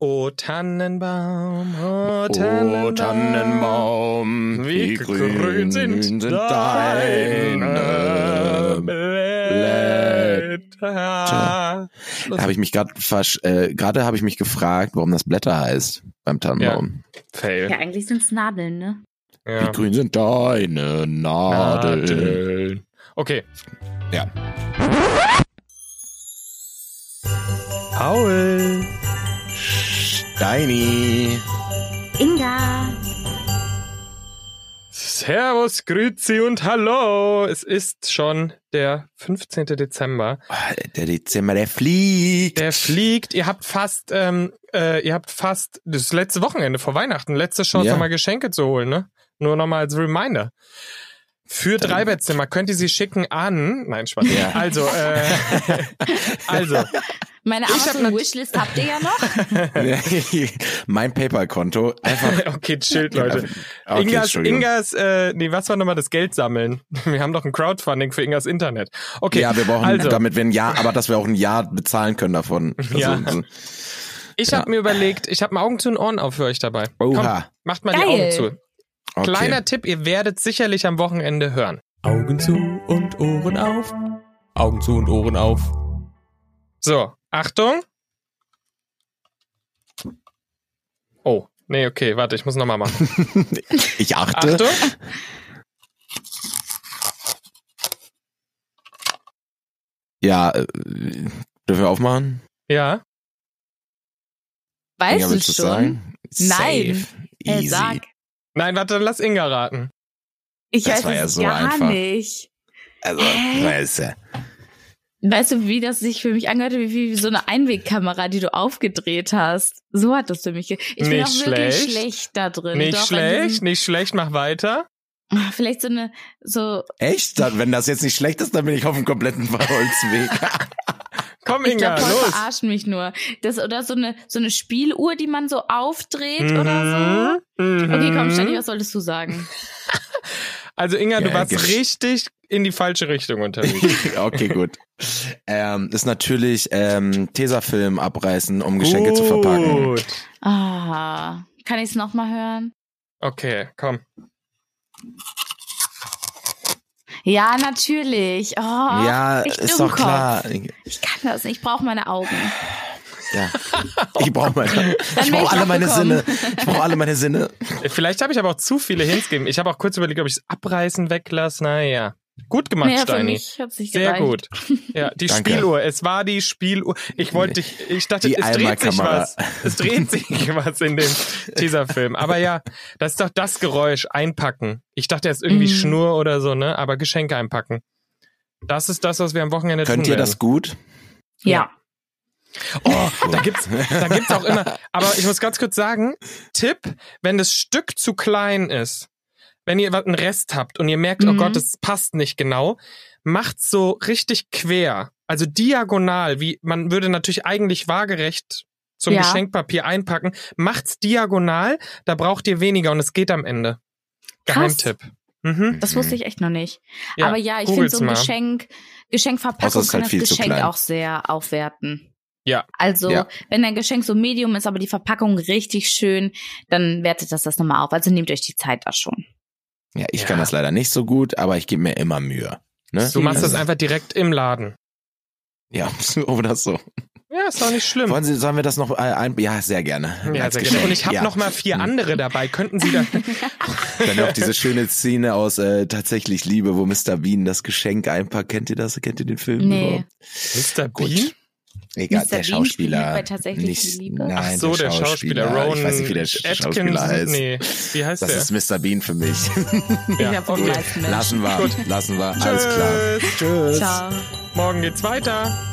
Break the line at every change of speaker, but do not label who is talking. O Tannenbaum, o Tannenbaum,
O Oh, Tannenbaum, wie grün sind, deine
Blätter.
Habe ich mich gerade versch- äh, gerade habe ich mich gefragt, warum das Blätter heißt beim Tannenbaum.
Fail.
Ja, eigentlich sind es Nadeln, ne?
Ja.
Wie grün sind deine Nadeln?
Nadeln. Okay.
Ja.
Paul.
Steini.
Inga.
Servus, Grüzi und Hallo. Es ist schon der 15. Dezember.
Ah, Der Dezember, der fliegt.
Der fliegt. Ihr habt fast, ähm, äh, ihr habt fast das letzte Wochenende vor Weihnachten, letzte Chance,
Ja.
nochmal Geschenke zu holen, ne? Nur nochmal als Reminder. Für Dreibettzimmer könnt ihr sie schicken an. Nein, Spaß.
Ja.
Also, äh, also,
Meine
Ich hab ne- nat-
Amazon-Wishlist habt ihr ja noch.
mein PayPal-Konto. Einfach.
okay, chillt, Leute.
Okay,
Ingas,
Entschuldigung.
Ingas, äh, nee, was war nochmal das Geld sammeln? Wir haben doch ein Crowdfunding für Ingas Internet. Okay,
Ja, wir brauchen,
also,
damit wir ein Jahr, aber dass wir auch ein Jahr bezahlen können davon. Also,
Ja.
so-
ich habe mir überlegt, ich habe mal Augen zu und Ohren auf für euch dabei.
Oha.
macht mal die
Geil.
Augen zu.
Okay.
Kleiner Tipp, ihr werdet sicherlich am Wochenende hören.
Augen zu und Ohren auf. Augen zu und Ohren auf.
So, Achtung. Oh, nee, okay, warte, ich muss nochmal machen.
Ich achte.
Achtung.
Ja, äh, dürfen wir aufmachen?
Ja,
Inga,
Weißt du
willst
schon?
du's sagen?
Nein.
Safe.
Äh,
Easy.
sag.
nein, warte, dann lass Inga raten.
Ich
Das
weiß
war ja
es
so
gar
einfach.
nicht.
Also,
Hä?
weißt du.
Weißt du, wie das sich für mich angehört hat, wie, wie so eine Einwegkamera, die du aufgedreht hast. So hat das für mich. Ge ich bin
Nicht
auch wirklich
schlecht.
schlecht da drin.
Nicht
Doch, an
schlecht,
diesem-
nicht schlecht, mach weiter.
Ah, Vielleicht so eine so.
Echt? Dann, wenn das jetzt nicht schlecht ist, dann bin ich auf dem kompletten Holzweg.
Komm,
Ich
Inga,
glaube, Paul
los.
verarschen mich nur. Das oder so eine so eine Spieluhr, die man so aufdreht oder so.
Mhm,
Okay, komm,
mhm.
Stani, was solltest du sagen?
Also Inga, du
Ja,
warst
gesch-
richtig in die falsche Richtung unterwegs.
okay, gut. Ähm, ist natürlich ähm, Tesafilm abreißen, um Geschenke zu verpacken.
Gut.
Ah, kann ich es nochmal hören?
Okay, komm.
Ja, natürlich. Oh,
ja,
ich
ist doch
Dummkopf.
klar.
Ich kann das nicht. Ich brauche meine Augen.
Ja. Ich brauche meine,
Dann
ich
bin ich
brauche alle
noch
meine Sinne.
gekommen.
Ich brauche alle meine Sinne.
Vielleicht habe ich aber auch zu viele Hints gegeben. Ich habe auch kurz überlegt, ob ich es abreißen weglasse. Naja. Gut gemacht,
Naja, für
Steini.
mich hat's nicht
Sehr
gereicht.
gut. Ja, die
Danke.
Spieluhr. Es war die Spieluhr. Ich wollte dich, ich dachte,
Die
es dreht sich
Einmalkamera.
was. Es dreht sich was in dem Teaserfilm. Aber ja, das ist doch das Geräusch, einpacken. Ich dachte erst irgendwie
Mhm.
Schnur oder so, ne? Aber Geschenke einpacken. Das ist das, was wir am Wochenende tun
Könnt ihr
werden.
das gut?
Ja.
Oh, da gibt's, da gibt's auch immer. Aber ich muss ganz kurz sagen, Tipp, wenn das Stück zu klein ist, wenn ihr was- einen Rest habt und ihr merkt, oh
Mhm.
Gott, das passt nicht genau, macht's so richtig quer, also diagonal, wie man würde natürlich eigentlich waagerecht zum
Ja.
Geschenkpapier einpacken, macht's diagonal, da braucht ihr weniger und es geht am Ende.
Krass.
Geheimtipp. Mhm.
Das wusste ich echt noch nicht.
Ja,
Aber ja, ich finde
googelt's
so ein
mal.
Geschenk,
Außer
Geschenkverpackung
es ist
kann
halt
das
viel zu
Geschenk
klein.
auch sehr aufwerten.
Ja.
Also,
Ja.
wenn dein Geschenk so Medium ist, aber die Verpackung richtig schön, dann wertet das das nochmal auf. Also nehmt euch die Zeit da schon.
Ja, ich
Ja.
kann das leider nicht so gut, aber ich gebe mir immer Mühe. Ne?
Du machst das
Also,
einfach direkt im Laden.
Ja, oder so.
Ja, ist doch nicht schlimm.
Wollen Sie, sollen wir das noch äh, ein? Ja, sehr gerne.
Ja,
Als
sehr gerne.
Geschenk.
Und ich habe
ja.
noch mal vier
Mhm.
andere dabei. Könnten Sie da
Dann noch diese schöne Szene aus äh, Tatsächlich Liebe, wo Mr. Bean das Geschenk einpackt. Kennt ihr das? Kennt ihr den Film?
Nee.
überhaupt?
Mr.
Gut.
Bean?
Egal,
Mr.
der
Bean
Schauspieler.
spielt bei Tatsächlich Liebe?
Nein,
Ach so, der Schauspieler, Rowan
ich weiß nicht, wie der Sch-
Atkinson.
Schauspieler heißt.
Nee, wie heißt
Das
der?
ist Mr. Bean für mich.
Ja,
glaub, für die
okay.
meisten Menschen.
lassen wir, lassen wir. Alles klar.
Tschüss.
Tschüss.
Ciao.
Morgen geht's weiter.